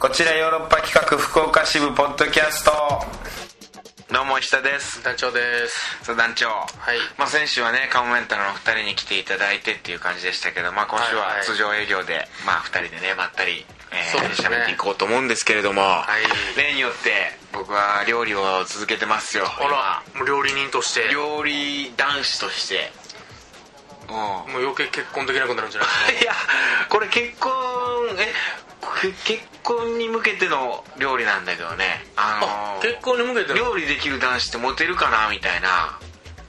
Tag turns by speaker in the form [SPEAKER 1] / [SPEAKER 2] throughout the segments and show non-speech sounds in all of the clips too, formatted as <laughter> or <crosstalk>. [SPEAKER 1] こちらヨーロッパ企画福岡支部ポッドキャストどうも石田です
[SPEAKER 2] 団長です
[SPEAKER 1] そう団長
[SPEAKER 2] はい
[SPEAKER 1] まあ、先週はねカモメンタルのお二人に来ていただいてっていう感じでしたけど、まあ、今週
[SPEAKER 2] はい
[SPEAKER 1] は
[SPEAKER 2] はい
[SPEAKER 1] 通常営業で、まあ、二人でねまったり、え
[SPEAKER 2] そう
[SPEAKER 1] ー
[SPEAKER 2] ですね
[SPEAKER 1] 喋っていこうと思うんですけれども、
[SPEAKER 2] い
[SPEAKER 1] 例によって僕は料理を続けてますよ
[SPEAKER 2] あらもう料理人として
[SPEAKER 1] 料理男子としてうん
[SPEAKER 2] もう余計結婚できなくなるんじゃないです
[SPEAKER 1] いやこれ結婚えけ結婚に向けての料理なんだけどねあ
[SPEAKER 2] か
[SPEAKER 1] の
[SPEAKER 2] 結婚に向けての
[SPEAKER 1] 料理できる男子ってモテるかなみたいな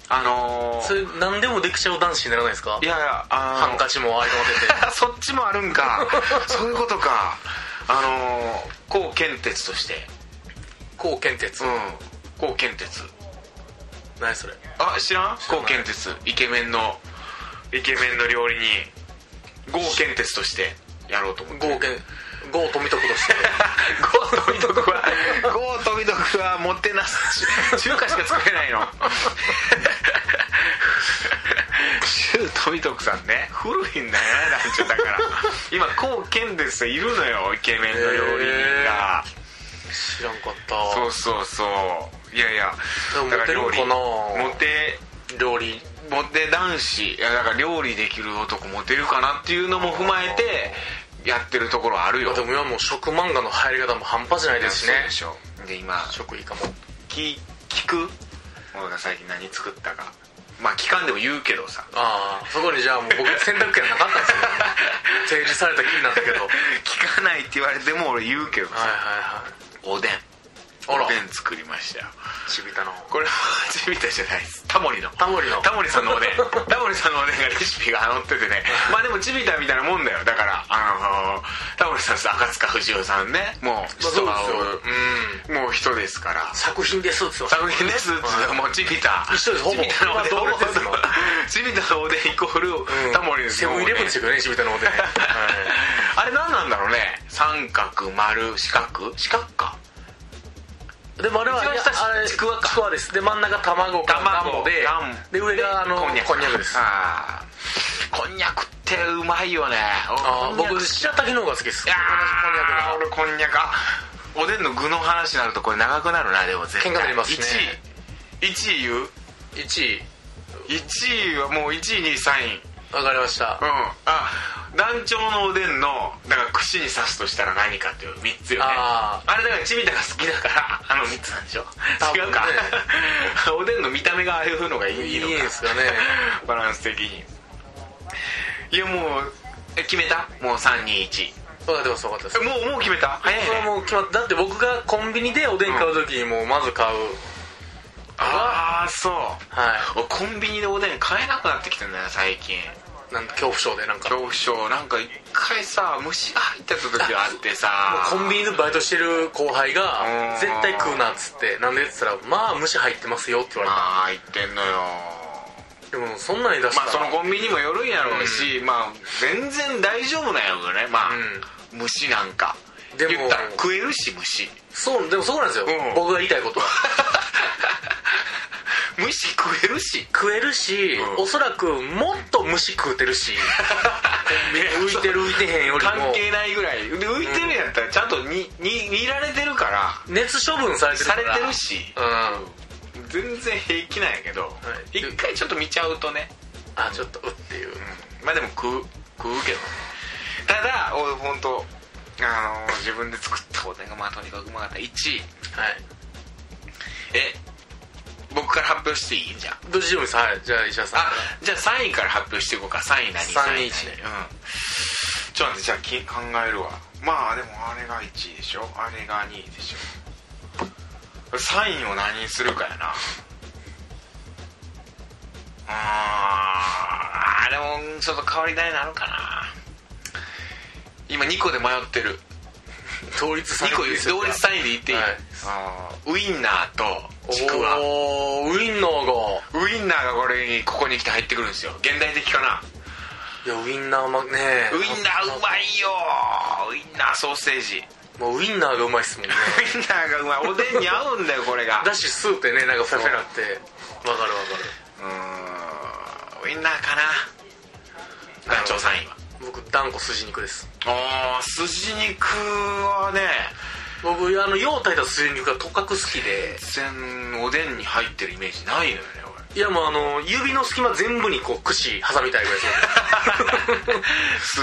[SPEAKER 1] あの
[SPEAKER 2] それ何でもできちゃう男子にならないですか
[SPEAKER 1] いやいやあの
[SPEAKER 2] ハンカチもあいの出て
[SPEAKER 1] <laughs>
[SPEAKER 2] <laughs>
[SPEAKER 1] そっちもあるんかそういうことかあの高健鉄として
[SPEAKER 2] 高健鉄
[SPEAKER 1] うん高健鉄
[SPEAKER 2] 何それ
[SPEAKER 1] あ知らん
[SPEAKER 2] らな
[SPEAKER 1] 高
[SPEAKER 2] い
[SPEAKER 1] 健鉄イケメンのイケメンの料理人豪健鉄としてやろうと思って
[SPEAKER 2] 豪健豪富徳と <laughs> して
[SPEAKER 1] ゴートミドクはゴートミドクはもてなす <laughs> 中中華しか作れないのシュウトミドクさんね古いんだよね団長だから今高健ですいるのよイケメンの料理人が、
[SPEAKER 2] 知らんかっ
[SPEAKER 1] そ
[SPEAKER 2] た
[SPEAKER 1] うそうそういやいや
[SPEAKER 2] でもモテるかな
[SPEAKER 1] モテ
[SPEAKER 2] 料理
[SPEAKER 1] モテ男子いやだから料理できる男モテるかなっていうのも踏まえてやってるところあるよ
[SPEAKER 2] でも今もう食漫画の入り方も半端じゃないですしね
[SPEAKER 1] そうでしょで今
[SPEAKER 2] 食いいかも
[SPEAKER 1] 聞聞く俺が最近何作ったかまあ聞かんでも言うけどさ
[SPEAKER 2] ああそこにじゃあもう僕選択権なかったんですよ <laughs> 提示された気になったけどはい
[SPEAKER 1] <laughs> 聞かないって言われても俺言うけどさ、
[SPEAKER 2] はいはい
[SPEAKER 1] おでん
[SPEAKER 2] あら
[SPEAKER 1] おでん作りましたよ
[SPEAKER 2] ちびたの
[SPEAKER 1] これはちびたじゃないですタモリの
[SPEAKER 2] タモリの
[SPEAKER 1] タモリさんの <laughs> おでんタモリさんのおでんがレシピが載っててねまあでもちびたみたいなもんだよだからあのータモリさんさ赤塚不二夫さんねもう
[SPEAKER 2] まあ
[SPEAKER 1] 人は
[SPEAKER 2] そうですよ
[SPEAKER 1] もう人ですから
[SPEAKER 2] 作品ですっつってました
[SPEAKER 1] 作品ですっつってもうちびた
[SPEAKER 2] 一緒ですほぼ
[SPEAKER 1] ちびたのおでん
[SPEAKER 2] 同列ですもん
[SPEAKER 1] ちびたのおでんイコールタモリです
[SPEAKER 2] セ
[SPEAKER 1] よ
[SPEAKER 2] ブンイレブンですよね渋谷のお <laughs> でん
[SPEAKER 1] あれ何なんだろうね三角丸四角四角か
[SPEAKER 2] でもあれは
[SPEAKER 1] 一番下
[SPEAKER 2] いやあれ
[SPEAKER 1] ちくわか
[SPEAKER 2] ちくわですで真ん中卵か
[SPEAKER 1] 卵
[SPEAKER 2] 卵で
[SPEAKER 1] 卵
[SPEAKER 2] で上があの
[SPEAKER 1] こんにゃく
[SPEAKER 2] こんにゃくですあ
[SPEAKER 1] あーこんにゃくってうまいよね
[SPEAKER 2] あ
[SPEAKER 1] こんにゃく
[SPEAKER 2] 僕白滝の方が好きです
[SPEAKER 1] いやー
[SPEAKER 2] 同じ
[SPEAKER 1] 俺こんにゃくあおでんの具の話になるとこれ長くなるなでも絶対
[SPEAKER 2] 喧嘩になりますね
[SPEAKER 1] 1位1位言う
[SPEAKER 2] こんにゃく1位
[SPEAKER 1] ?1 位はもう1位2位3位
[SPEAKER 2] 分かりました
[SPEAKER 1] うんあ団長のおでんのだから串に刺すとしたら何かっていう3つよね
[SPEAKER 2] あ
[SPEAKER 1] れだからちびたが好きだからあの3つなんでしょ
[SPEAKER 2] 多分ね
[SPEAKER 1] 違うかおでんの見た目がああいうのがいいのか
[SPEAKER 2] いいですよね
[SPEAKER 1] <laughs> バランス的にいやもうえ決めたもう321
[SPEAKER 2] 分かってます分かってます
[SPEAKER 1] えもうもう決めた早い
[SPEAKER 2] それは
[SPEAKER 1] ね
[SPEAKER 2] もう決まってだって僕がコンビニでおでん買う時にもうまず買う
[SPEAKER 1] ああそう
[SPEAKER 2] は
[SPEAKER 1] おコンビニでおでん買えなくなってきてんだよ最近
[SPEAKER 2] いなんか恐怖症でなんか
[SPEAKER 1] 恐怖症なんか一回さ虫が入ってた時があってさ
[SPEAKER 2] コンビニでバイトしてる後輩
[SPEAKER 1] う
[SPEAKER 2] が
[SPEAKER 1] ん
[SPEAKER 2] 「絶対食うな」っつってなんでって言ったら「まあ虫入ってますよ」って言わ
[SPEAKER 1] まあ入ってんのよ
[SPEAKER 2] れてでもそんなに出し
[SPEAKER 1] ま
[SPEAKER 2] た
[SPEAKER 1] あその
[SPEAKER 2] ら
[SPEAKER 1] コンビニもよるんやろうし、まあ全然大丈夫なんやろうけどねまあ、虫なんか
[SPEAKER 2] でも
[SPEAKER 1] 言ったら食えるし虫 <laughs>
[SPEAKER 2] そうでもそうなんですよ
[SPEAKER 1] うん
[SPEAKER 2] 僕が言いた
[SPEAKER 1] <laughs>
[SPEAKER 2] いことは
[SPEAKER 1] 虫食えるし
[SPEAKER 2] 食えるし
[SPEAKER 1] うん
[SPEAKER 2] おそらくもっと虫食うてる <laughs> し浮いてる浮いてへんより
[SPEAKER 1] 関
[SPEAKER 2] も
[SPEAKER 1] 係ないぐらいで浮いてるんやったらちゃんとにに見られてるから
[SPEAKER 2] 熱処分されてる
[SPEAKER 1] さ
[SPEAKER 2] か
[SPEAKER 1] れ
[SPEAKER 2] ら
[SPEAKER 1] てるし
[SPEAKER 2] うん
[SPEAKER 1] 全然平気なんやけど、
[SPEAKER 2] い
[SPEAKER 1] 一回ちょっと見ちゃうとね
[SPEAKER 2] あちょっとうっていう
[SPEAKER 1] まあでも食う食うけどねただ俺本当あのー自分で作ったおでんがまあとにかくうまかった1位
[SPEAKER 2] はい
[SPEAKER 1] え僕から発表していいじゃん
[SPEAKER 2] どっちでもいいですはいじゃあ石田さん
[SPEAKER 1] あじゃあ3位から発表していこうか3位何
[SPEAKER 2] 3位
[SPEAKER 1] 3位何うんちょっと待ってじゃあき考えるわまあでもあれが1位でしょあれが2位でしょ3位を何にするかやなあーあれもちょっと変わりないなのかな今2個で迷ってる
[SPEAKER 2] 同率
[SPEAKER 1] 2個言う同率3位で言っていい、
[SPEAKER 2] はい
[SPEAKER 1] あーウインナーとちくわ
[SPEAKER 2] おーウインナーが
[SPEAKER 1] ウインナーがこれにここに来て入ってくるんですよ現代的かない
[SPEAKER 2] やウインナーまね
[SPEAKER 1] ウインナーうまいよウインナーソーセージウイ
[SPEAKER 2] もうウインナーがうまいっすもんね
[SPEAKER 1] ンナーがうまいおでんに合うんだよこれが
[SPEAKER 2] <laughs> だし吸うてねなんかフラフラってわかるわかる
[SPEAKER 1] うーんウインナーかな団長3位は
[SPEAKER 2] 僕断固筋肉です
[SPEAKER 1] ああ筋肉はね
[SPEAKER 2] 僕あのよう炊いた筋肉がとかく好きで
[SPEAKER 1] 全然おでんに入ってるイメージないのよね
[SPEAKER 2] いやもうあの指の隙間全部にこう串挟みたいぐらい
[SPEAKER 1] 俺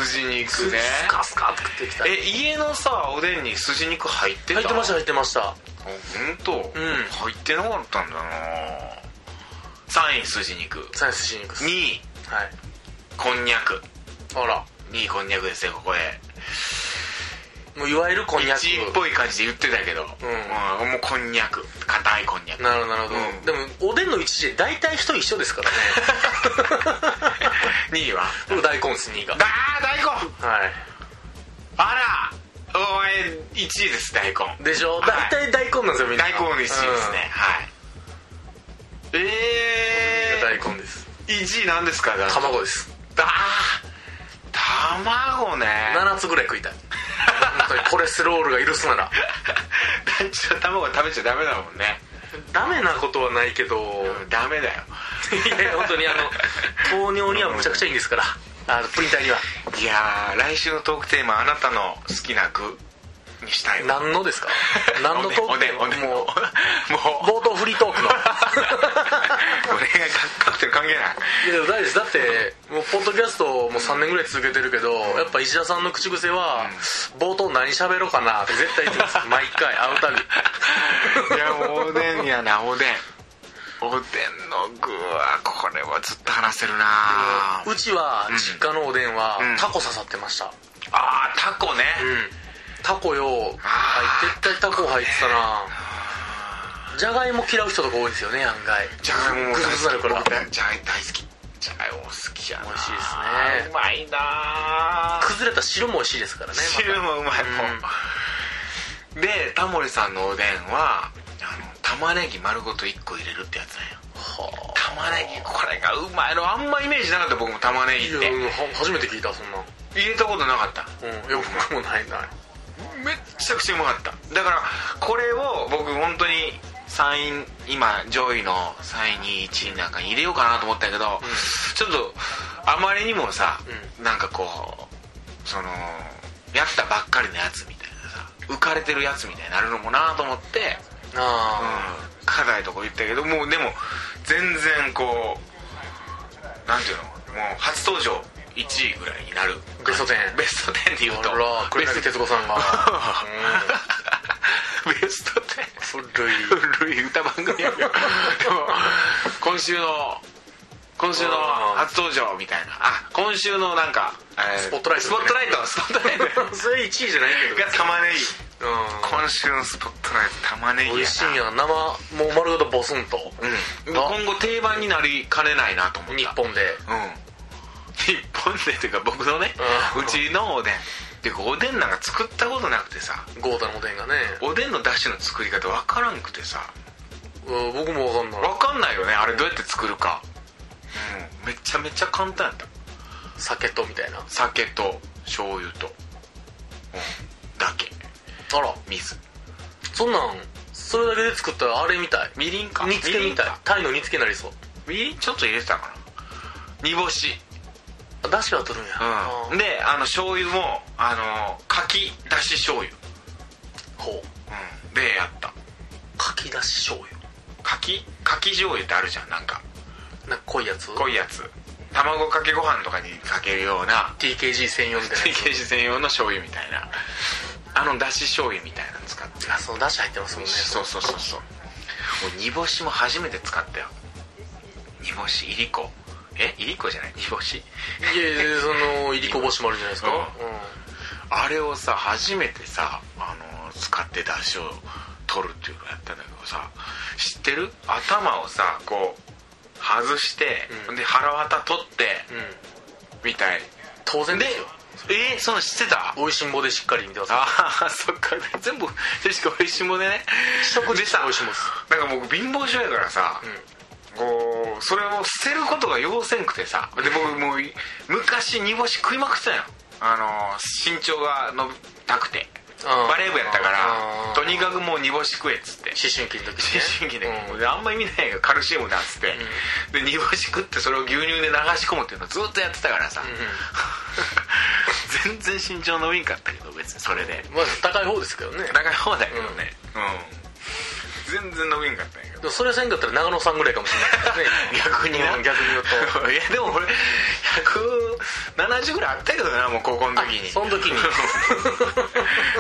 [SPEAKER 1] 筋
[SPEAKER 2] <laughs> です
[SPEAKER 1] 肉
[SPEAKER 2] ね
[SPEAKER 1] ね
[SPEAKER 2] スカスカ作ってきた
[SPEAKER 1] え家のさおでんに筋肉入ってた
[SPEAKER 2] 入ってました入ってました
[SPEAKER 1] あ本当。
[SPEAKER 2] ん
[SPEAKER 1] 入ってなかったんだな3位筋肉
[SPEAKER 2] サイエンス筋肉です
[SPEAKER 1] 2位
[SPEAKER 2] はい
[SPEAKER 1] こんにゃく
[SPEAKER 2] あら
[SPEAKER 1] 2位こんにゃくですよここへ
[SPEAKER 2] もういわゆるこんにゃく
[SPEAKER 1] 1位っぽい感じで言ってたけど、
[SPEAKER 2] ん
[SPEAKER 1] うんもうこんにゃく硬いこんにゃく
[SPEAKER 2] なるほどなるほど、
[SPEAKER 1] うん
[SPEAKER 2] でもおでんの一時で大体人一緒ですからね
[SPEAKER 1] 2位は
[SPEAKER 2] 僕 <laughs> 大根です2が
[SPEAKER 1] だー大根
[SPEAKER 2] はい
[SPEAKER 1] あらお前1位です大根
[SPEAKER 2] でしょ
[SPEAKER 1] はい
[SPEAKER 2] 大体大根なんですよみんな
[SPEAKER 1] 大根の1位ですね、はい
[SPEAKER 2] うん
[SPEAKER 1] え
[SPEAKER 2] 大根です
[SPEAKER 1] えー、1位なんですかだ
[SPEAKER 2] 卵です
[SPEAKER 1] だ卵ね <laughs>
[SPEAKER 2] 7つぐらい食いたい本当にコレステロールが許すなら
[SPEAKER 1] 団長卵食べちゃダメだもんね
[SPEAKER 2] ダメなことはないけど
[SPEAKER 1] ダメだよ
[SPEAKER 2] いやいや本当にあの糖尿にはむちゃくちゃいいんですからあのプリン体にはい
[SPEAKER 1] やー来週のトークテーマあなたの好きな具にしたいわ
[SPEAKER 2] 何のですか何のトーク
[SPEAKER 1] おでんおでんおでんもう
[SPEAKER 2] もう
[SPEAKER 1] もう
[SPEAKER 2] 冒頭フリートークの <laughs>
[SPEAKER 1] 俺がカクテル関係ない
[SPEAKER 2] いやでも大事ですだってもうポッドキャストをもう3年ぐらい続けてるけどやっぱ石田さんの口癖は冒頭何喋ろうかなって絶対言ってます毎回会うたび
[SPEAKER 1] <laughs> いやもうおでんやなおでんおでんの具はこれはずっと話せるな
[SPEAKER 2] うちは実家のおでんは
[SPEAKER 1] うん
[SPEAKER 2] タコ刺さってました
[SPEAKER 1] あータコね、
[SPEAKER 2] うんタコよ入って絶対タコ入ってたなじゃがいも嫌う人とか多いですよね案外
[SPEAKER 1] じゃがいも
[SPEAKER 2] グズグズなるから
[SPEAKER 1] 僕大じゃがいも大好きじゃがいも好きやな
[SPEAKER 2] 美味しいですね
[SPEAKER 1] うまいなー
[SPEAKER 2] 崩れた汁も美味しいですからねまた
[SPEAKER 1] 汁もうまいもん、でタモリさんのおでんはあの玉ねぎ丸ごと1個入れるってやつなんよ
[SPEAKER 2] は
[SPEAKER 1] 玉ねぎこれがうまいのあんまイメージなかった僕も玉ね
[SPEAKER 2] あい
[SPEAKER 1] ぎ
[SPEAKER 2] や
[SPEAKER 1] っ
[SPEAKER 2] うん
[SPEAKER 1] て
[SPEAKER 2] は初めて聞いたそんな
[SPEAKER 1] 入れたことなかった
[SPEAKER 2] うんいや僕もないない
[SPEAKER 1] めっちゃくちゃうまかっただからこれを僕本当に3位今上位の3位2位1位なんかに入れようかなと思ったけど、ちょっとあまりにもさ、なんかこうそのやったばっかりのやつみたいなさ浮かれてるやつみたいになるのもなと思って、
[SPEAKER 2] あ
[SPEAKER 1] うん、課題とか言ったけどもうでも全然こうなんていうのもう初登場1位ぐらいになる
[SPEAKER 2] あベスト10
[SPEAKER 1] ベスト10で言うと
[SPEAKER 2] あら
[SPEAKER 1] ベ
[SPEAKER 2] 黒
[SPEAKER 1] スト
[SPEAKER 2] 柳徹子さんが
[SPEAKER 1] <laughs> ベスト10
[SPEAKER 2] うん古い
[SPEAKER 1] 古い歌番組やけどでも今週の今週の初登場みたいなあ今週のなんか、えー
[SPEAKER 2] スポットライト
[SPEAKER 1] スポットライトスポットライトが
[SPEAKER 2] <laughs> それ1位じゃないけど
[SPEAKER 1] 玉ねぎ
[SPEAKER 2] う
[SPEAKER 1] <laughs> 今週のスポットライト玉ねぎやな
[SPEAKER 2] ん美味しいんや生もう丸ごとボスンと
[SPEAKER 1] うん、今後定番になりかねないなと思った
[SPEAKER 2] 日本で
[SPEAKER 1] うん日本でっていうか僕のね
[SPEAKER 2] うん
[SPEAKER 1] うちのおでんっていうかおでんなんか作ったことなくてさ
[SPEAKER 2] 豪太のおでんがね
[SPEAKER 1] おでんのだしの作り方分からんくてさ
[SPEAKER 2] うん僕もわかんない
[SPEAKER 1] 分かんないよねあれどうやって作るかうんめちゃめちゃ簡単やった
[SPEAKER 2] 酒とみたいな
[SPEAKER 1] 酒と醤油と、うん、だけ
[SPEAKER 2] あら
[SPEAKER 1] 水
[SPEAKER 2] そんなんそれだけで作ったらあれみたい
[SPEAKER 1] みりんか
[SPEAKER 2] 煮付けみたいタイの煮付けになりそう
[SPEAKER 1] みりんかみりんちょっと入れてたかな煮干し
[SPEAKER 2] あだしは取るんやあ
[SPEAKER 1] うん
[SPEAKER 2] ー
[SPEAKER 1] であの醤油もあの柿だし醤油
[SPEAKER 2] ほう
[SPEAKER 1] うんでやった
[SPEAKER 2] かきだし醤油
[SPEAKER 1] 柿柿醤油ってあるじゃんなんか
[SPEAKER 2] なんか濃いやつ
[SPEAKER 1] 濃いやつ卵かけご飯とかにかけるような
[SPEAKER 2] TKG 専用みたいなやつ
[SPEAKER 1] TKG 専用の醤油みたいなあのだし醤油みたいなの使って
[SPEAKER 2] あそのだし入ってますもんね
[SPEAKER 1] そうそうそうそう俺煮干しも初めて使ったよ煮干しいりこえいりこじゃない煮干し
[SPEAKER 2] いやいやそのいりこぼしもあるじゃないですか
[SPEAKER 1] うあれをさ初めてさあの使って出汁を取るっていうのをやったんだけどさ知ってる頭をさこう外して、
[SPEAKER 2] うん
[SPEAKER 1] で腹渡取って、
[SPEAKER 2] うん、うん、
[SPEAKER 1] みたい
[SPEAKER 2] 当然ですよ
[SPEAKER 1] えー、そんなん知ってた
[SPEAKER 2] 美味しんぼでしっかり見てます
[SPEAKER 1] ああそっか全部確か美味しいもんでね
[SPEAKER 2] 食事
[SPEAKER 1] で
[SPEAKER 2] した
[SPEAKER 1] さ
[SPEAKER 2] 美味しんぼです
[SPEAKER 1] なんか僕貧乏症やからさ、こうそれを捨てることが要せんくてさで僕もう昔煮干し食いまくってたよあの身長が伸びたくて
[SPEAKER 2] あー
[SPEAKER 1] バレー部やったから
[SPEAKER 2] あー
[SPEAKER 1] とにかくもう煮干し食えっつって
[SPEAKER 2] 思春期の時ね
[SPEAKER 1] 思春期で、
[SPEAKER 2] う
[SPEAKER 1] <laughs>
[SPEAKER 2] ん
[SPEAKER 1] であんま意味ないけどカルシウムだっつって、で煮干し食ってそれを牛乳で流し込むっていうのをずっとやってたからさ、
[SPEAKER 2] ん
[SPEAKER 1] <laughs> 全然身長伸びんかったけど別にそれで
[SPEAKER 2] まあ高い方ですけどね
[SPEAKER 1] 高い方だけどねうん、全然伸びんかったんやけど
[SPEAKER 2] でもそれせんかったら長野さんぐらいかもしれな
[SPEAKER 1] <laughs>
[SPEAKER 2] いですね
[SPEAKER 1] 逆にな
[SPEAKER 2] うん逆に言うと
[SPEAKER 1] <laughs> いやでも俺170ぐらいあったけどなもう高校の時に
[SPEAKER 2] あその時に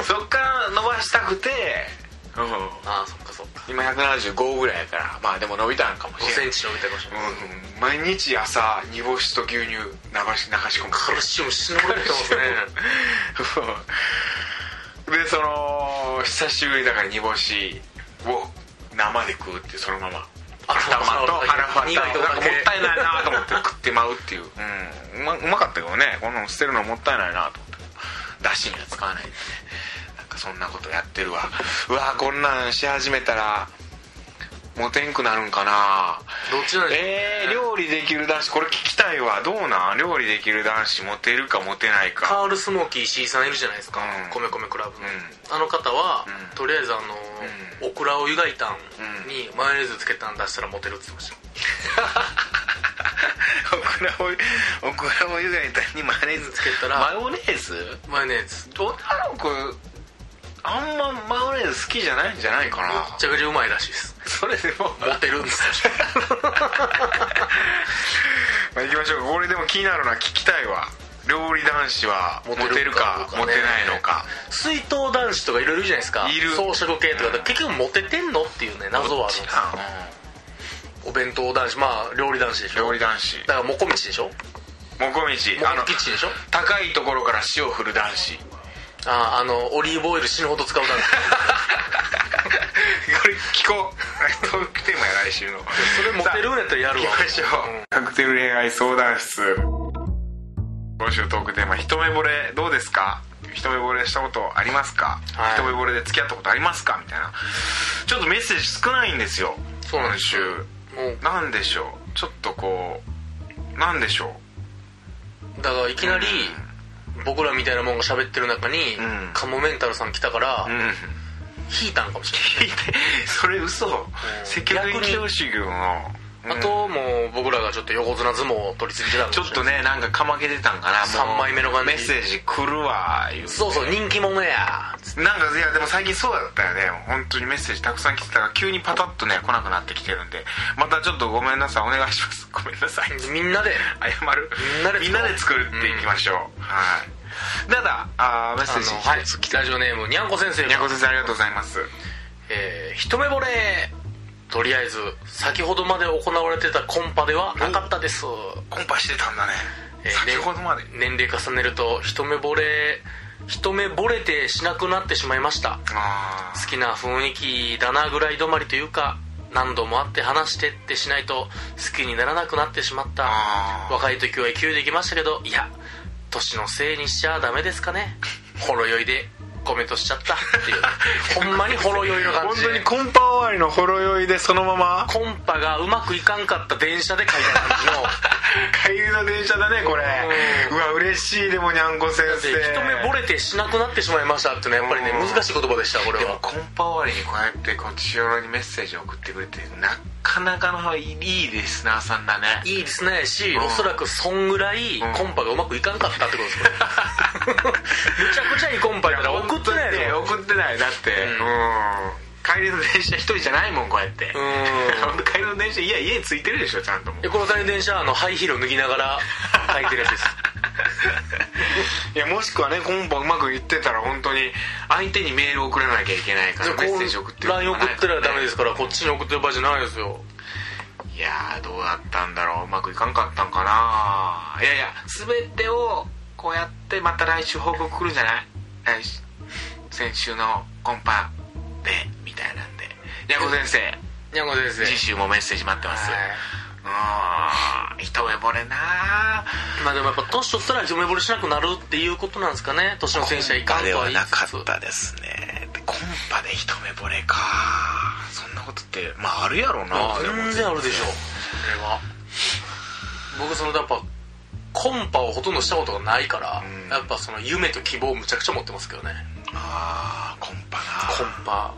[SPEAKER 1] <laughs> そっから伸ばしたくて、うん、
[SPEAKER 2] <laughs> ああそっかそっか
[SPEAKER 1] 今175ぐらいやからまあでも伸びたんかも
[SPEAKER 2] 5
[SPEAKER 1] しれ
[SPEAKER 2] セ
[SPEAKER 1] ない
[SPEAKER 2] ンチ伸びたかもしれない
[SPEAKER 1] うん、毎日朝煮干しと牛乳流し流し込む
[SPEAKER 2] カルシウム死ぬほど入って
[SPEAKER 1] <laughs>
[SPEAKER 2] ますね
[SPEAKER 1] でその久しぶりだから煮干しを生で食うっていうそのまま
[SPEAKER 2] あ
[SPEAKER 1] 頭と腹パ
[SPEAKER 2] 苦いとこ
[SPEAKER 1] タ
[SPEAKER 2] だ
[SPEAKER 1] もっ
[SPEAKER 2] け
[SPEAKER 1] たいないなと思って食ってまうっていう、うん、うまうまかったけどねこんなの捨てるのもったいないなと思ってだしには使わないんでねなんかそんなことやってるわうわこんなんし始めたらモテんくなるんかな
[SPEAKER 2] どっちなんでしょうね
[SPEAKER 1] えー、料理できる男子これ聞きたいわどうなん料理できる男子モテるかモテないか
[SPEAKER 2] カール・スモーキー石井さんいるじゃないですか、
[SPEAKER 1] うん
[SPEAKER 2] 米米クラブの、
[SPEAKER 1] う
[SPEAKER 2] あの方は、
[SPEAKER 1] うん
[SPEAKER 2] とりあえずあの、オクラを湯がいたん
[SPEAKER 1] うん
[SPEAKER 2] にマヨネーズつけたん出したらモテるって言ってました
[SPEAKER 1] <laughs> オクラをオクラを湯がいたにマヨネーズ
[SPEAKER 2] つけたら
[SPEAKER 1] マヨネーズ
[SPEAKER 2] マヨネーズ
[SPEAKER 1] 女の子あんまマヨネーズ好きじゃないんじゃないかな
[SPEAKER 2] めっちゃくちゃうまいらしいです
[SPEAKER 1] それでも <laughs>
[SPEAKER 2] モテるんですよ
[SPEAKER 1] まあ行きましょうかこれでも気になるのは聞きたいわ料理男子はモテるかモ
[SPEAKER 2] モ
[SPEAKER 1] テ
[SPEAKER 2] テる
[SPEAKER 1] ないのか
[SPEAKER 2] 水筒男子とかいろいろいるじゃないですか
[SPEAKER 1] いる
[SPEAKER 2] 装飾系とか結局モテてんのっていうね謎はあるんですよお弁当男子まあ料理男子でしょ
[SPEAKER 1] 料理男子
[SPEAKER 2] だからもこみちでしょもこ
[SPEAKER 1] もこみちあの
[SPEAKER 2] みちでしょ
[SPEAKER 1] 高いところから塩振る男子
[SPEAKER 2] ああのオリーブオイル死ぬほど使う男
[SPEAKER 1] <laughs>
[SPEAKER 2] 子
[SPEAKER 1] これ聞こう <laughs> トークテーマや来週の
[SPEAKER 2] それモテるんやったらやるわ
[SPEAKER 1] 行きましょう、カクテル恋愛相談室今週トークテーマ一目惚れどうですか一目惚れしたことありますか、
[SPEAKER 2] はい
[SPEAKER 1] 一目惚れで付き合ったことありますかみたいなちょっとメッセージ少ないんですよ
[SPEAKER 2] そうなん
[SPEAKER 1] 今
[SPEAKER 2] です
[SPEAKER 1] 週
[SPEAKER 2] よもう
[SPEAKER 1] なんでしょうちょっとこうなんでしょ
[SPEAKER 2] だからいきなり僕らみたいなもんが喋ってる中に、
[SPEAKER 1] うん
[SPEAKER 2] カモメンタルさん来たから、
[SPEAKER 1] う <laughs> うん
[SPEAKER 2] 引いたんかもしれない
[SPEAKER 1] それ嘘積極的
[SPEAKER 2] 逆に
[SPEAKER 1] 教師業の
[SPEAKER 2] あともう僕らがちょっと横綱相撲を取り付けてたん
[SPEAKER 1] ちょっとねなんかかまけてたんかなもう
[SPEAKER 2] 三枚目の感じ
[SPEAKER 1] メッセージ来るわいう
[SPEAKER 2] そうそう人気者やつって
[SPEAKER 1] なんかいやでも最近そうだったよね本当にメッセージたくさん来てたから急にパタッとね来なくなってきてるんでまたちょっとごめんなさいお願いします <laughs> ごめんなさい
[SPEAKER 2] みんなで
[SPEAKER 1] 謝る
[SPEAKER 2] みんなで作ろう
[SPEAKER 1] 作るっていきましょう、はいただあーメッ
[SPEAKER 2] あ
[SPEAKER 1] セー
[SPEAKER 2] の
[SPEAKER 1] ジ
[SPEAKER 2] はい
[SPEAKER 1] 来て
[SPEAKER 2] ラジオネームにゃんこ先生
[SPEAKER 1] にゃこ先生ありがとうございます
[SPEAKER 2] えー一目惚れとりあえず先ほどまで行われてたコンパではなかったです、
[SPEAKER 1] コンパしてたんだね、
[SPEAKER 2] えー
[SPEAKER 1] 先ほどまで
[SPEAKER 2] 年齢重ねると一目惚れ一目惚れてしなくなってしまいました
[SPEAKER 1] あ
[SPEAKER 2] 好きな雰囲気だなぐらい止まりというか何度も会って話してってしないと好きにならなくなってしまった
[SPEAKER 1] あー
[SPEAKER 2] 若い時は勢いできましたけどいや年のせいにしちゃダメですかねほろ酔いでコメントしちゃったって
[SPEAKER 1] <laughs>
[SPEAKER 2] いうほんまにほろ酔いの感
[SPEAKER 1] 本
[SPEAKER 2] じ
[SPEAKER 1] 当に
[SPEAKER 2] で
[SPEAKER 1] コンパ終わりのほろ酔いでそのまま
[SPEAKER 2] コンパがうまくいかんかった電車で書いた感
[SPEAKER 1] <laughs>
[SPEAKER 2] じの
[SPEAKER 1] 帰りの電車だねこれ
[SPEAKER 2] う
[SPEAKER 1] うわ嬉しいでもにゃんこ先生
[SPEAKER 2] で一目惚れてしなくなってしまいましたってねやっぱりね
[SPEAKER 1] うん
[SPEAKER 2] 難しい言葉でしたこれ
[SPEAKER 1] でも
[SPEAKER 2] は
[SPEAKER 1] コンパ終わりにこうやってこう千代にメッセージを送ってくれてなかなかのいいリスナーさんだね
[SPEAKER 2] いいですねし、
[SPEAKER 1] ん
[SPEAKER 2] おそらくそんぐらい
[SPEAKER 1] ん
[SPEAKER 2] コンパがうまくいかんかったってことです <laughs> よむちゃくちゃいいコンパやったら送ってない
[SPEAKER 1] ね
[SPEAKER 2] で
[SPEAKER 1] 送ってないだって
[SPEAKER 2] う
[SPEAKER 1] うん帰りの電車一人じゃないもんこうやって
[SPEAKER 2] う
[SPEAKER 1] <laughs> 帰りの電車いや家に着いてるでしょちゃんともう
[SPEAKER 2] でこの谷電車はあのハイヒールを脱ぎながら書いてるやつです <laughs>
[SPEAKER 1] いやもしくはねコンパうまくいってたら本当に相手にメール送らなきゃいけないからメッセージ送ってる
[SPEAKER 2] LINE 送ってらダメですからこっちに送ってる場合じゃないですよ
[SPEAKER 1] いやーどうだったんだろううまくいかんかったんかないやいや全てをこうやってまた来週報告来るんじゃない来週先週のコンパでみたいなんでにゃこ先生
[SPEAKER 2] にゃんこ先生
[SPEAKER 1] 次週もメッセージ待ってますうーん一目惚れなあ
[SPEAKER 2] まあでもやっぱ年取ったら一目惚れしなくなるっていうことなんですかね年の戦車いかんとは言いつつ
[SPEAKER 1] たですねでコンパで一目惚れかそんなことってまああるやろうなでも
[SPEAKER 2] 全然あるでしょこれは僕そのやっぱコンパをほとんどしたことがないから、
[SPEAKER 1] うん
[SPEAKER 2] やっぱその夢と希望をむちゃくちゃ持ってますけどね
[SPEAKER 1] あーコンパな
[SPEAKER 2] コンパ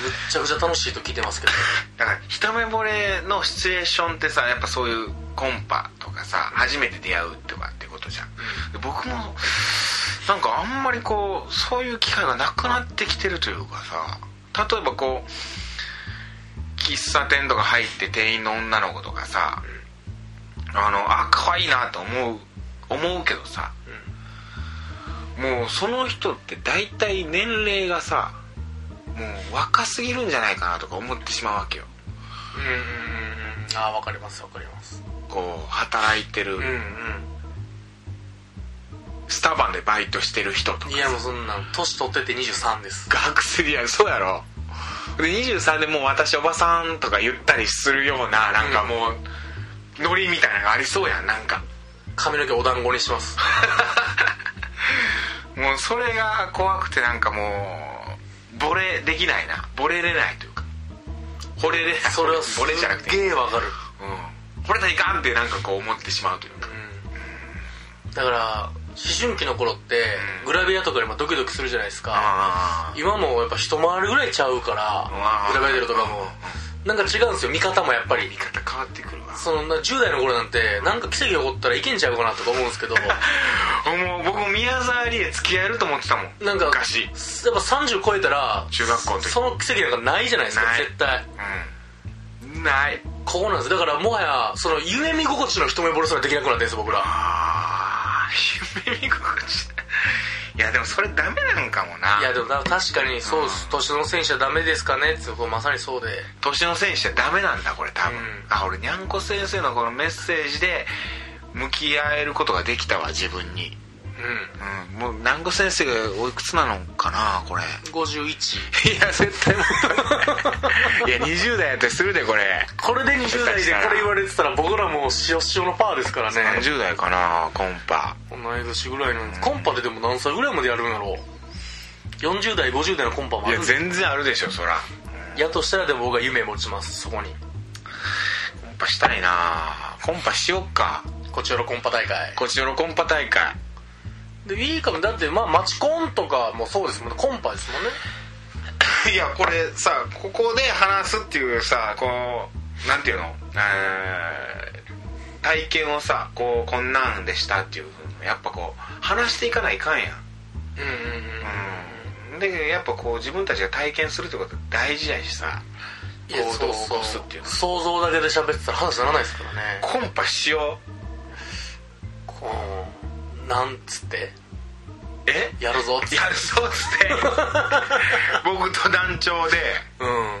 [SPEAKER 2] むっちゃくちゃ楽しいと聞いてますけど
[SPEAKER 1] だから一目惚れのシチュエーションってさやっぱそういうコンパとかさ初めて出会うとかってことじゃん、で僕もなんかあんまりこうそういう機会がなくなってきてるというかさ例えばこう喫茶店とか入って店員の女の子とかさあのあ可愛いなと思う思うけどさ、もうその人って大体年齢がさもう若すぎるんじゃないかなとか思ってしまうわけよ
[SPEAKER 2] うんああ分かります分かります
[SPEAKER 1] こう働いてる、
[SPEAKER 2] うん
[SPEAKER 1] スタバでバイトしてる人とか
[SPEAKER 2] うんいやもうそんなん年取ってて23です
[SPEAKER 1] 学生いやそうやろで23でもう私おばさんとか言ったりするようななんかもう、ノリみたいなのがありそうやんなんか
[SPEAKER 2] 髪の毛お団子にします
[SPEAKER 1] <laughs> もうそれが怖くてなんかもうボレできないなボレれないというか惚れれない
[SPEAKER 2] それはす
[SPEAKER 1] 惚れじゃなく、
[SPEAKER 2] ってげえ分かる
[SPEAKER 1] うん、惚れたらいかんってなんかこう思ってしまうというか
[SPEAKER 2] うんだから思春期の頃って
[SPEAKER 1] うん
[SPEAKER 2] グラビアとか今ドキドキするじゃないですか
[SPEAKER 1] あー
[SPEAKER 2] 今もやっぱ一回りぐらいちゃうから
[SPEAKER 1] あ
[SPEAKER 2] グラビア出るとかもなんか違うんですよ見方もやっぱり
[SPEAKER 1] 見方変わってくるわ
[SPEAKER 2] そのな10代の頃なんてなんか奇跡起こったらいけんちゃうかなとか思うんで
[SPEAKER 1] <laughs>
[SPEAKER 2] すけど
[SPEAKER 1] もう僕も宮沢りえ付き合えると思ってたもん
[SPEAKER 2] なんかやっぱ
[SPEAKER 1] 昔
[SPEAKER 2] 30超えたら
[SPEAKER 1] 中学校の時
[SPEAKER 2] その奇跡なんかないじゃないですか
[SPEAKER 1] ない
[SPEAKER 2] 絶対
[SPEAKER 1] うんない
[SPEAKER 2] ここなんですだからもはやその夢見心地の一目惚れすらできなくなってんです僕ら
[SPEAKER 1] ああ夢見心地いやでもそれダメなんかもない
[SPEAKER 2] やでもな確かにそうです年の選手はダメですかねってこうまさにそうで
[SPEAKER 1] 年の選手はダメなんだこれ多分、
[SPEAKER 2] うん
[SPEAKER 1] あ俺にゃんこ先生のこのメッセージで向き合えることができたわ自分に、
[SPEAKER 2] う
[SPEAKER 1] うん、もうにゃんこ先生がおいくつなのかなこれ
[SPEAKER 2] ん51
[SPEAKER 1] いや絶対もっと <laughs> いや20代やったりするでこれ
[SPEAKER 2] これで20代でこれ言われてたら僕らもう塩塩のパーですからね
[SPEAKER 1] 30代かなコンパ
[SPEAKER 2] 同い年ぐらいのコンパででも何歳ぐらいまでやるんやろ40代50代のコンパもあ
[SPEAKER 1] い
[SPEAKER 2] る
[SPEAKER 1] や
[SPEAKER 2] んで
[SPEAKER 1] 全然あるでしょそら
[SPEAKER 2] やとしたらでも僕は夢持ちますそこに
[SPEAKER 1] コンパしたいなコンパしよっか
[SPEAKER 2] こちらのコンパ大会
[SPEAKER 1] こっちのコンパ大会
[SPEAKER 2] でいいかもだってまあマチコンとかもそうですもんねコンパですもんね
[SPEAKER 1] <laughs> いやこれさここで話すっていうさこうなんていうの、えー体験をさこうこんなんでしたっていうふうにやっぱこう話していかないかんやん
[SPEAKER 2] うんうんうん
[SPEAKER 1] うんでやっぱこう自分たちが体験するってことは大事やしさ行
[SPEAKER 2] 行動
[SPEAKER 1] 動
[SPEAKER 2] を
[SPEAKER 1] を
[SPEAKER 2] 起
[SPEAKER 1] 起
[SPEAKER 2] こ
[SPEAKER 1] こ
[SPEAKER 2] す
[SPEAKER 1] す
[SPEAKER 2] っ
[SPEAKER 1] っててい
[SPEAKER 2] い
[SPEAKER 1] うう
[SPEAKER 2] の
[SPEAKER 1] の
[SPEAKER 2] 想像だけで喋ってたら話にならないですからね
[SPEAKER 1] コンパしよう
[SPEAKER 2] こうなんつって
[SPEAKER 1] え <laughs>
[SPEAKER 2] やるぞっつって
[SPEAKER 1] やるそうっつって <laughs> 僕と団長で
[SPEAKER 2] うん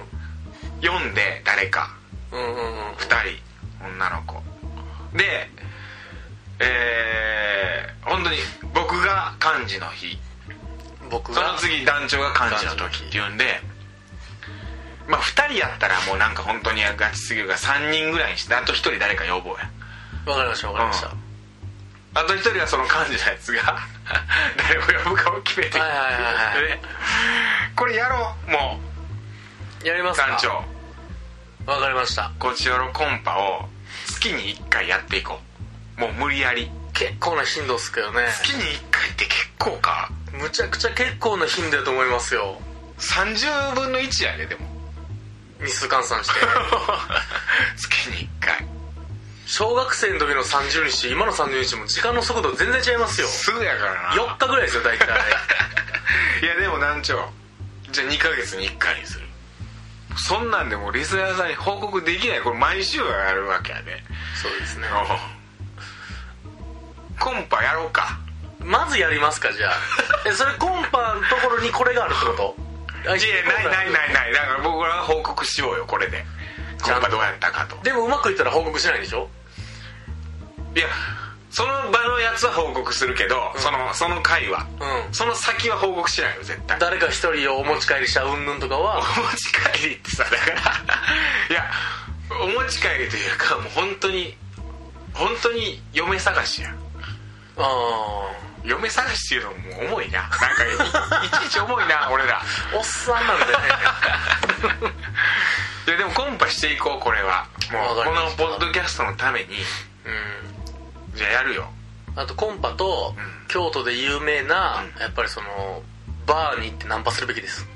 [SPEAKER 1] 読んで誰か
[SPEAKER 2] うんうんうん
[SPEAKER 1] 2人女の子でえー、本当に僕が漢字の日
[SPEAKER 2] 僕
[SPEAKER 1] そ
[SPEAKER 2] が
[SPEAKER 1] の次団長が漢字の時っていうんでまあ2人やったらもうなんか本当にガチすぎるから3人ぐらいにしてあと1人誰か呼ぼうや
[SPEAKER 2] わかりましたわかりました、
[SPEAKER 1] あと1人はその漢字のやつが <laughs> 誰を呼ぶかを決めて
[SPEAKER 2] はいはいはいはい
[SPEAKER 1] でこれやろうも
[SPEAKER 2] やりま
[SPEAKER 1] う
[SPEAKER 2] すか
[SPEAKER 1] 団長
[SPEAKER 2] わかりました
[SPEAKER 1] こちよろコンパを月に1回やっていこうもう無理やり
[SPEAKER 2] 結構な頻度っすけどね
[SPEAKER 1] 月に1回って結構か
[SPEAKER 2] むちゃくちゃ結構な頻度だと思いますよ
[SPEAKER 1] 30分の1やねでも <laughs>
[SPEAKER 2] 日数換算して
[SPEAKER 1] 月に1回
[SPEAKER 2] 小学生の時の30日今の30日も時間の速度全然違いますよ
[SPEAKER 1] すぐやからな
[SPEAKER 2] 4日ぐらいですよ大体
[SPEAKER 1] <laughs> いやでも団長じゃあ2ヶ月に1回にするそんなんでもうリスナーさんに報告できないこれ毎週やるわけやで、 <laughs>
[SPEAKER 2] そうですね
[SPEAKER 1] コンパやろうか
[SPEAKER 2] まずやりますかじゃあえそれコンパのところにこれがあるってこと
[SPEAKER 1] いやないないないないだから僕らは報告しようよこれで
[SPEAKER 2] ち
[SPEAKER 1] コ
[SPEAKER 2] ゃんと
[SPEAKER 1] ンパどうやったかと
[SPEAKER 2] でもうまくいったら報告しないでしょ
[SPEAKER 1] いやその場のやつは報告するけど、そのその回は、
[SPEAKER 2] うん
[SPEAKER 1] その先は報告しないよ絶対
[SPEAKER 2] 誰か一人をお持ち帰りしたうんぬんとかは
[SPEAKER 1] お持ち帰りってさだから
[SPEAKER 2] <laughs>
[SPEAKER 1] いやお持ち帰りというかもう本当に本当に嫁探しや
[SPEAKER 2] あ
[SPEAKER 1] 嫁探しっていうのも重いななんか
[SPEAKER 2] <laughs>
[SPEAKER 1] いいちいち重いな俺ら
[SPEAKER 2] ーおっさんなんでね
[SPEAKER 1] いやでもコンパしていこうこれはも
[SPEAKER 2] わ
[SPEAKER 1] う
[SPEAKER 2] か
[SPEAKER 1] こ
[SPEAKER 2] りま
[SPEAKER 1] の
[SPEAKER 2] した
[SPEAKER 1] ポッドキャストのために
[SPEAKER 2] う
[SPEAKER 1] じゃあやるよ
[SPEAKER 2] んあとコンパと
[SPEAKER 1] うん
[SPEAKER 2] 京都で有名な
[SPEAKER 1] う
[SPEAKER 2] やっぱりそのバーに行ってナンパするべきです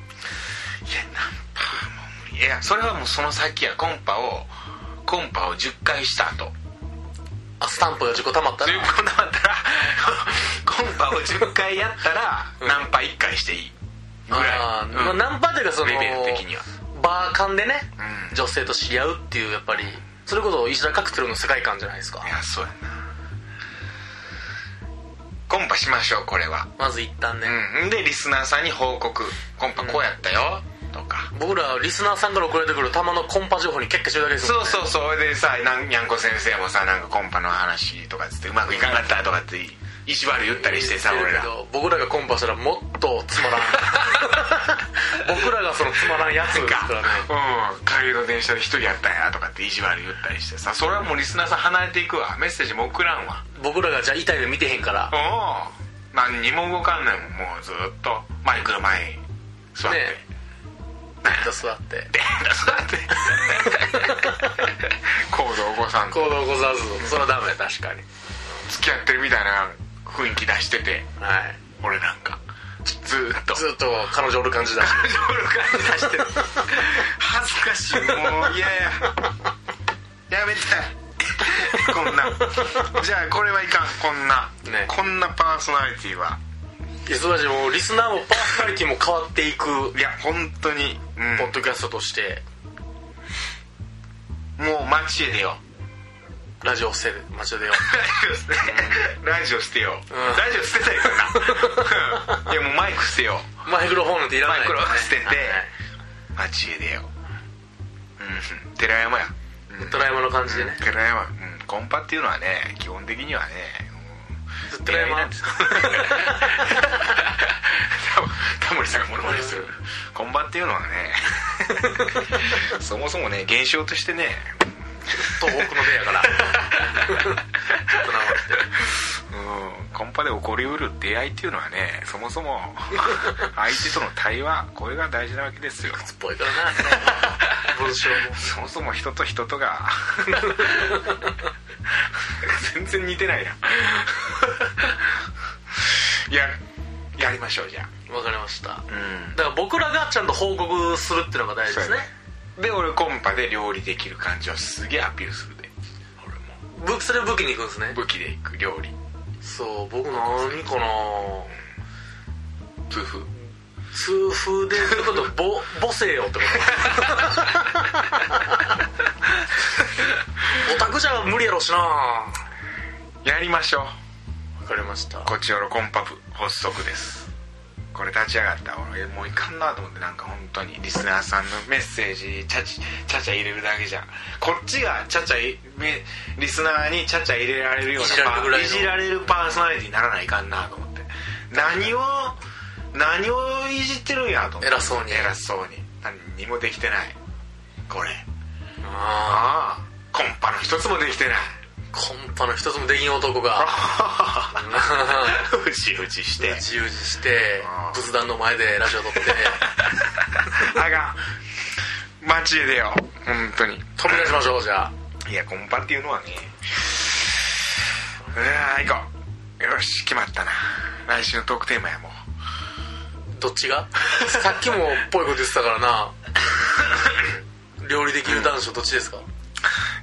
[SPEAKER 1] いやナンパはもう無理いやそれはもうその先やコンパをコンパを10回した後
[SPEAKER 2] あスタンプが10個貯まった
[SPEAKER 1] という
[SPEAKER 2] ら
[SPEAKER 1] ことだったら <laughs> コンパを10回やったら、
[SPEAKER 2] うん
[SPEAKER 1] ナンパ1回していいぐらい
[SPEAKER 2] あーまあ
[SPEAKER 1] うん
[SPEAKER 2] ナンパというかその
[SPEAKER 1] レベル的には
[SPEAKER 2] バーカンでね、
[SPEAKER 1] うん
[SPEAKER 2] 女性と知り合うっていうやっぱりそれこそ石田カクテルの世界観じゃないですか
[SPEAKER 1] いやそうやなコンパしましょうこれは
[SPEAKER 2] まず一旦ね、
[SPEAKER 1] うんでリスナーさんに報告コンパこうやったよ、とか
[SPEAKER 2] 僕らリスナーさんから送られてくる玉のコンパ情報に結果してるだけですも
[SPEAKER 1] そ
[SPEAKER 2] ん
[SPEAKER 1] う
[SPEAKER 2] ね
[SPEAKER 1] そうそうでさなんにゃんこ先生もさなんかコンパの話とかつってうまくいかなかったとかって意地悪言ったりしてさ
[SPEAKER 2] 言って
[SPEAKER 1] 俺
[SPEAKER 2] る
[SPEAKER 1] ら
[SPEAKER 2] けど僕らがコンパしたらもっとつまらん
[SPEAKER 1] <laughs>
[SPEAKER 2] 僕らがそのつまらんやつです
[SPEAKER 1] か、
[SPEAKER 2] からね
[SPEAKER 1] うん帰りの電車で一人やったんやとかって意地悪言ったりしてさそれはもうリスナーさん離れていくわメッセージも送らんわ
[SPEAKER 2] 僕らがじゃあ痛い目見てへんから
[SPEAKER 1] うん何にも動かんないもんもうずっとマイクの前に座って、
[SPEAKER 2] ね
[SPEAKER 1] なんや
[SPEAKER 2] 座って
[SPEAKER 1] で座って <laughs>
[SPEAKER 2] <laughs>
[SPEAKER 1] 行動お子さん
[SPEAKER 2] 行
[SPEAKER 1] と
[SPEAKER 2] 動ござらずそれはダメ確かに
[SPEAKER 1] 付き合ってるみたいな雰囲気出してて
[SPEAKER 2] はい
[SPEAKER 1] 俺なんかずーっと
[SPEAKER 2] ずっと彼女おる感じだし
[SPEAKER 1] 感じ出してる恥ずかしいもう嫌ややめたいこんなじゃあこれはいかんこんな、
[SPEAKER 2] ね
[SPEAKER 1] こんなパーソナリティはい
[SPEAKER 2] や素晴らしいもうリスナーもパーソナリティも変わっていく
[SPEAKER 1] いや本当に、うん
[SPEAKER 2] ポッドキャストとして
[SPEAKER 1] もう街へ出よ
[SPEAKER 2] ラジオセルマジでよ
[SPEAKER 1] うラジオ捨てよう、
[SPEAKER 2] うん
[SPEAKER 1] ラジオ捨てたいからないやもうマイク捨てよう
[SPEAKER 2] <laughs> マイクロフォンなんていらないからね
[SPEAKER 1] マイクロ捨てて
[SPEAKER 2] はい
[SPEAKER 1] 街へ出よううん寺山や、うん
[SPEAKER 2] ドラえもんの感じでね
[SPEAKER 1] 寺山、うん、コンパっていうのはね基本的にはね、うん、
[SPEAKER 2] ドラえも
[SPEAKER 1] 嫌
[SPEAKER 2] ん
[SPEAKER 1] いなんです <laughs> タタモリさんがモノマネするコンパっていう <laughs> のはねそもそもね現象としてね
[SPEAKER 2] 東北の出やからちょっと生って
[SPEAKER 1] うんコンパで起こりうる出会いっていうのはねそもそ <laughs> も相手との対話これが大事なわけですよ
[SPEAKER 2] っぽいからな文章も
[SPEAKER 1] そもそも人と人と <laughs> が全然似てないな <laughs> いややりましょうじゃあ
[SPEAKER 2] わかりました
[SPEAKER 1] うん
[SPEAKER 2] だから僕らがちゃんと報告するっていうのが大事ですね
[SPEAKER 1] で俺コンパで料理できる感じをすげえアピールするで俺も
[SPEAKER 2] ぶそれ武器に行くんですね
[SPEAKER 1] 武器でいく料理
[SPEAKER 2] そう僕何かな
[SPEAKER 1] 痛風
[SPEAKER 2] 痛風でちょっとぼ母性よって <laughs> ことオタクじゃ無理やろしなわ
[SPEAKER 1] やりましょう
[SPEAKER 2] かりました
[SPEAKER 1] こっちおろコンパ部発足ですこれ立ち上がった俺もういかんなと思ってなんか本当にリスナーさんのメッセージちゃちちゃちゃ入れるだけじゃこっちがちゃちゃいめリスナーにちゃちゃ入れられるよう
[SPEAKER 2] いじられるぐ
[SPEAKER 1] な
[SPEAKER 2] らい
[SPEAKER 1] い
[SPEAKER 2] の
[SPEAKER 1] じられるパーソナリティにならないかんなと思って何を何をいじってるんやと思って
[SPEAKER 2] 偉そうに
[SPEAKER 1] 偉そうに何にもできてないこれあ
[SPEAKER 2] あ
[SPEAKER 1] あコンパの一つもできてない
[SPEAKER 2] ーコンパの一つもできん男が
[SPEAKER 1] <laughs>
[SPEAKER 2] <laughs>
[SPEAKER 1] うじうじして
[SPEAKER 2] 自由自して
[SPEAKER 1] あー
[SPEAKER 2] 仏壇の前でラジオ撮って
[SPEAKER 1] <laughs> あがん街へ出よう本当に
[SPEAKER 2] 飛び出しましょうじゃあ
[SPEAKER 1] いやコンパっていうのはねうわー行こうよし決まったな来週のトークテーマやもう
[SPEAKER 2] どっち <laughs> がさっきもっぽいこと言ってたからな料理できる男子どっちですか、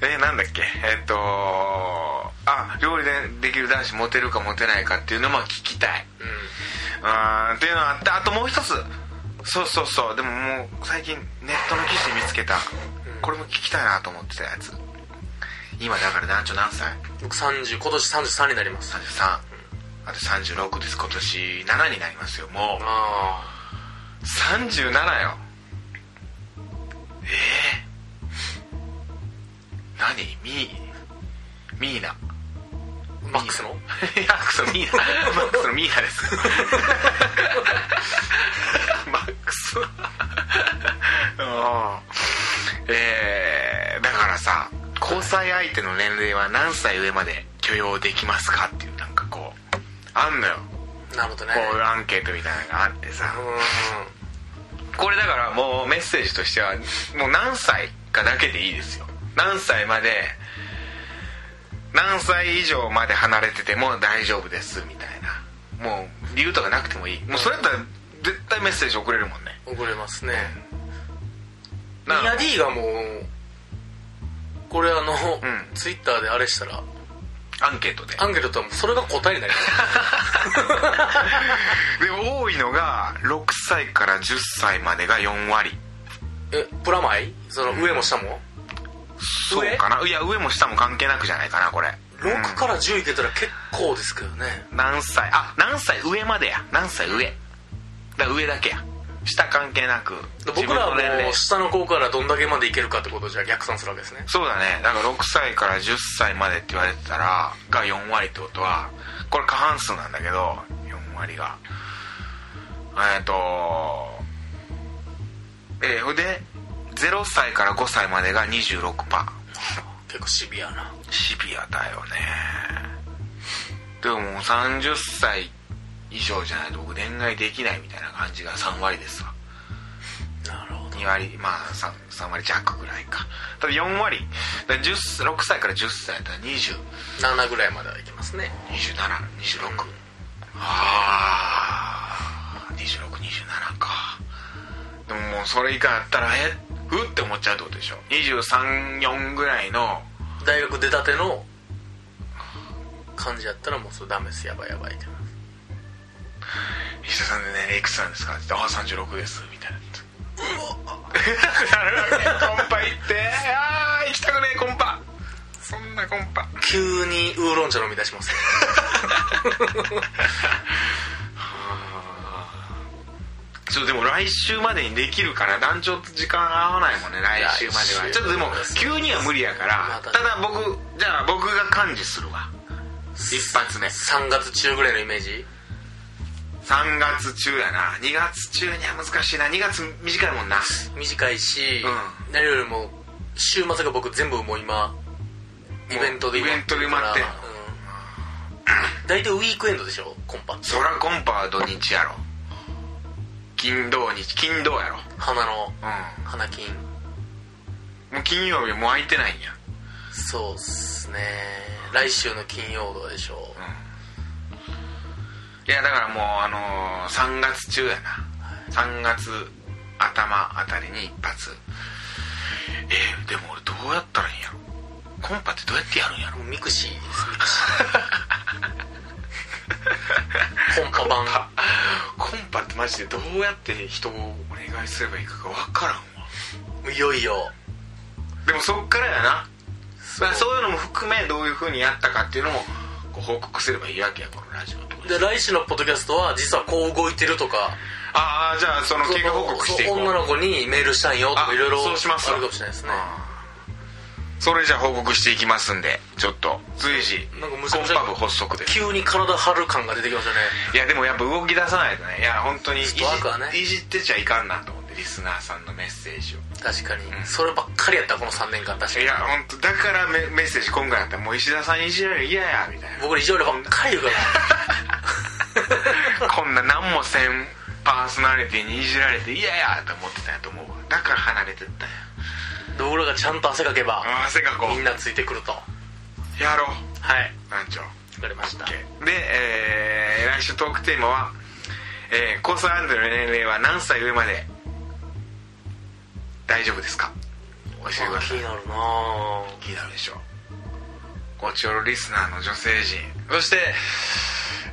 [SPEAKER 1] えー、なんだっけえーっとあ料理でできる男子モテるかモテないかっていうのも聞きたいあーっていうのがあってあともう一つそうそうそうでももう最近ネットの記事で見つけたこれも聞きたいなと思ってたやつ今だから男女何歳
[SPEAKER 2] 僕30今年33になります
[SPEAKER 1] 33あと36です今年7になりますよもう
[SPEAKER 2] あ
[SPEAKER 1] 37よええ何ミーミーナ
[SPEAKER 2] あマックスの
[SPEAKER 1] いやクソミーナマックスのミーナです <laughs> マックスはうんえー、だからさ交際相手の年齢は何歳上まで許容できますかっていうなんかこうあんのよ
[SPEAKER 2] なるほどね
[SPEAKER 1] こういうアンケートみたいなのがあってさ
[SPEAKER 2] う
[SPEAKER 1] これだからもうメッセージとしてはもう何歳かだけでいいですよ何歳まで何歳以上まで離れてても大丈夫ですみたいなもう理由とかなくてもいいもうそれだったら絶対メッセージ送れるもんね
[SPEAKER 2] ん遅れますねミ
[SPEAKER 1] な
[SPEAKER 2] ヤ D がもうこれあの、
[SPEAKER 1] ん
[SPEAKER 2] ツイッターであれしたら
[SPEAKER 1] アンケートで
[SPEAKER 2] アンケートとはそれが答えになりま
[SPEAKER 1] <laughs>
[SPEAKER 2] す
[SPEAKER 1] で多いのが6歳から10歳までが4割
[SPEAKER 2] えプラマイその上も下も、
[SPEAKER 1] そうかないや上も下も関係なくじゃないかなこれ
[SPEAKER 2] 6から10いけたら結構ですけどね
[SPEAKER 1] 何歳あ何歳上までや何歳上だから上だけや下関係なく
[SPEAKER 2] 僕らは
[SPEAKER 1] 自分の年
[SPEAKER 2] もう
[SPEAKER 1] 齢
[SPEAKER 2] 下の子からどんだけまでいけるかってことをじゃあ逆算するわけですね
[SPEAKER 1] そうだねだから6歳から10歳までって言われてたらが4割ってことはこれ過半数なんだけど4割がえっとえー、ほいで0歳から5歳までが26%パ
[SPEAKER 2] 結構シビアな
[SPEAKER 1] ーシビアだよねでももう30歳以上じゃないと僕恋愛できないみたいな感じが3割ですわ
[SPEAKER 2] なるほど
[SPEAKER 1] 2割まあ 3, 3割弱ぐらいかただ4割だから10 6歳から10歳だったら20
[SPEAKER 2] 7ぐらいまではいきますね
[SPEAKER 1] 2726、ああ2627かでももうそれ以下だったらえうって思っちゃうってことでしょ234ぐらいの
[SPEAKER 2] 大学出たての感じやったらもうそれダメですやばいやばいってな
[SPEAKER 1] 石田さんでねいくつなんですかって言ってあ36ですみたいな <laughs> うわコンパ行ってああ行きたくねえコンパそんなコンパ
[SPEAKER 2] 急にウーロン茶飲み出します
[SPEAKER 1] ちょっとでも来週までにできるから団長と時間合わないもんね来週までは
[SPEAKER 2] 来週
[SPEAKER 1] ちょっとでも急には無理やから
[SPEAKER 2] ま
[SPEAKER 1] た
[SPEAKER 2] た
[SPEAKER 1] だ僕じゃあ僕が感じするわ一発目
[SPEAKER 2] 3月中ぐらいのイメージ
[SPEAKER 1] 3月中やな2月中には難しいな2月短いもんな
[SPEAKER 2] 短いし、
[SPEAKER 1] う
[SPEAKER 2] 何よりも週末が僕全部もう今イベントで
[SPEAKER 1] イベントで埋まってんの
[SPEAKER 2] うん大体ウィークエンドでしょコンパ
[SPEAKER 1] そらコンパは土日やろ金土日金土やろ
[SPEAKER 2] 花の
[SPEAKER 1] う
[SPEAKER 2] 花金
[SPEAKER 1] んもう金曜日もう空いてないんや
[SPEAKER 2] そうっすね来週の金曜どうでしょう、
[SPEAKER 1] いやだからもうあのー、3月中やな3月頭あたりに一発えーでも俺どうやったらいいんやろコンパってどうやってやるんやろ <laughs>
[SPEAKER 2] もうミクシーですミク
[SPEAKER 1] <laughs>
[SPEAKER 2] シーコンパ版
[SPEAKER 1] コンパってマジでどうやって人をお願いすればいいかが分からんわ
[SPEAKER 2] もういよいよ
[SPEAKER 1] でもそっからやなそうそういうのも含めどういう風にやったかっていうのもこう報告すればいいわけやこのラジオってことで
[SPEAKER 2] で来週のポッドキャストは実はこう動いてるとか
[SPEAKER 1] ああじゃあその経過報告していこう
[SPEAKER 2] 女の子にメールしたんよと
[SPEAKER 1] あ
[SPEAKER 2] かいろいろあ
[SPEAKER 1] そ
[SPEAKER 2] る
[SPEAKER 1] うし
[SPEAKER 2] かも
[SPEAKER 1] ます
[SPEAKER 2] しれないですね
[SPEAKER 1] それじゃあ報告していきますんでちょっと随時
[SPEAKER 2] なんかむし
[SPEAKER 1] コン
[SPEAKER 2] ゃむしゃ
[SPEAKER 1] パ部発足です
[SPEAKER 2] 急に体張る感が出てきましたね
[SPEAKER 1] いやでもやっぱ動き出さないとねいや本当にいじ,、
[SPEAKER 2] フットワークはね
[SPEAKER 1] いじってちゃいかんなと思ってリスナーさんのメッセージを
[SPEAKER 2] 確かに、そればっかりやったこの3年間確か
[SPEAKER 1] い
[SPEAKER 2] に
[SPEAKER 1] や本当だからメメッセージ今回だったらもう石田さんいじられる嫌やみたい
[SPEAKER 2] 僕ら異常量ばっかり言うから <laughs>
[SPEAKER 1] なこんな何もせんパーソナリティにいじられて嫌やと思ってたんやと思うわだから離れてったんや
[SPEAKER 2] で僕らがちゃんと汗かけば
[SPEAKER 1] ああせかこ
[SPEAKER 2] みんなついてくるとは
[SPEAKER 1] やろう
[SPEAKER 2] い
[SPEAKER 1] 団長
[SPEAKER 2] わかりました
[SPEAKER 1] で、えー来週トークテーマは「えー、交際相手の年齢は何歳上まで大丈夫ですか?」教えてくだ
[SPEAKER 2] 気
[SPEAKER 1] さい
[SPEAKER 2] になるなぁ
[SPEAKER 1] 気になるでしょうごちおろリスナーの女性陣そして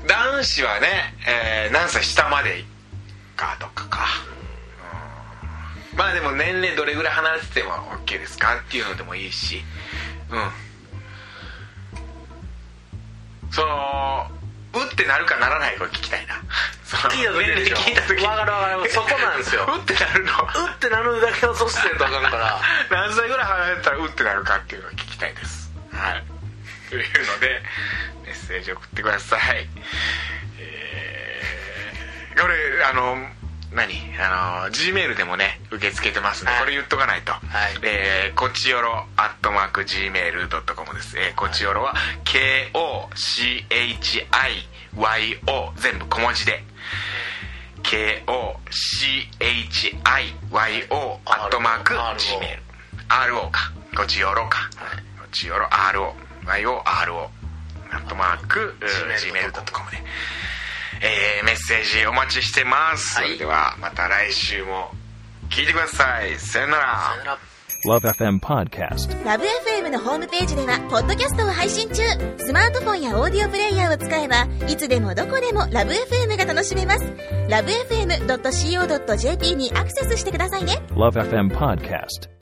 [SPEAKER 1] 男子はね、えー何歳下までかとかかうんまあでも年齢どれぐらい離れてても OK ですかっていうのでもいいしうんそのうってなるかならないかを聞きたいなその
[SPEAKER 2] 聞いた時でしょ
[SPEAKER 1] 聞いた時
[SPEAKER 2] わかるわかるそこなんですよ
[SPEAKER 1] <laughs> うってなるの
[SPEAKER 2] うってなるだけの阻止せんとあかん
[SPEAKER 1] <laughs>
[SPEAKER 2] から
[SPEAKER 1] 何歳ぐらい離れたらうってなるかっていうのを聞きたいですはいというのでメッセージ送ってくださいえー、これあの何あの G メールでもね受け付けてますね、
[SPEAKER 2] はい
[SPEAKER 1] これ言っとかないと、
[SPEAKER 2] い
[SPEAKER 1] えーこちよろアットマーク Gmail.com です、えー、こちよろは KOCHIYO 全部小文字で KOCHIYO アットマーク
[SPEAKER 2] RO
[SPEAKER 1] Gmail RO かこちよろかこちよろ ROYORO アットマーク Gmail.com でえーメッセージお待ちしてます、
[SPEAKER 2] はい
[SPEAKER 1] それではまた来週も聞いてくださいさよなら
[SPEAKER 2] さよなら
[SPEAKER 3] Love FM Podcast.
[SPEAKER 4] ラブ f m のホームページではポッドキャストを配信中スマートフォンやオーディオプレイヤーを使えばいつでもどこでもラブ f m が楽しめますラブ FM.co.jp にアクセスしてくださいね
[SPEAKER 3] Love FM Podcast.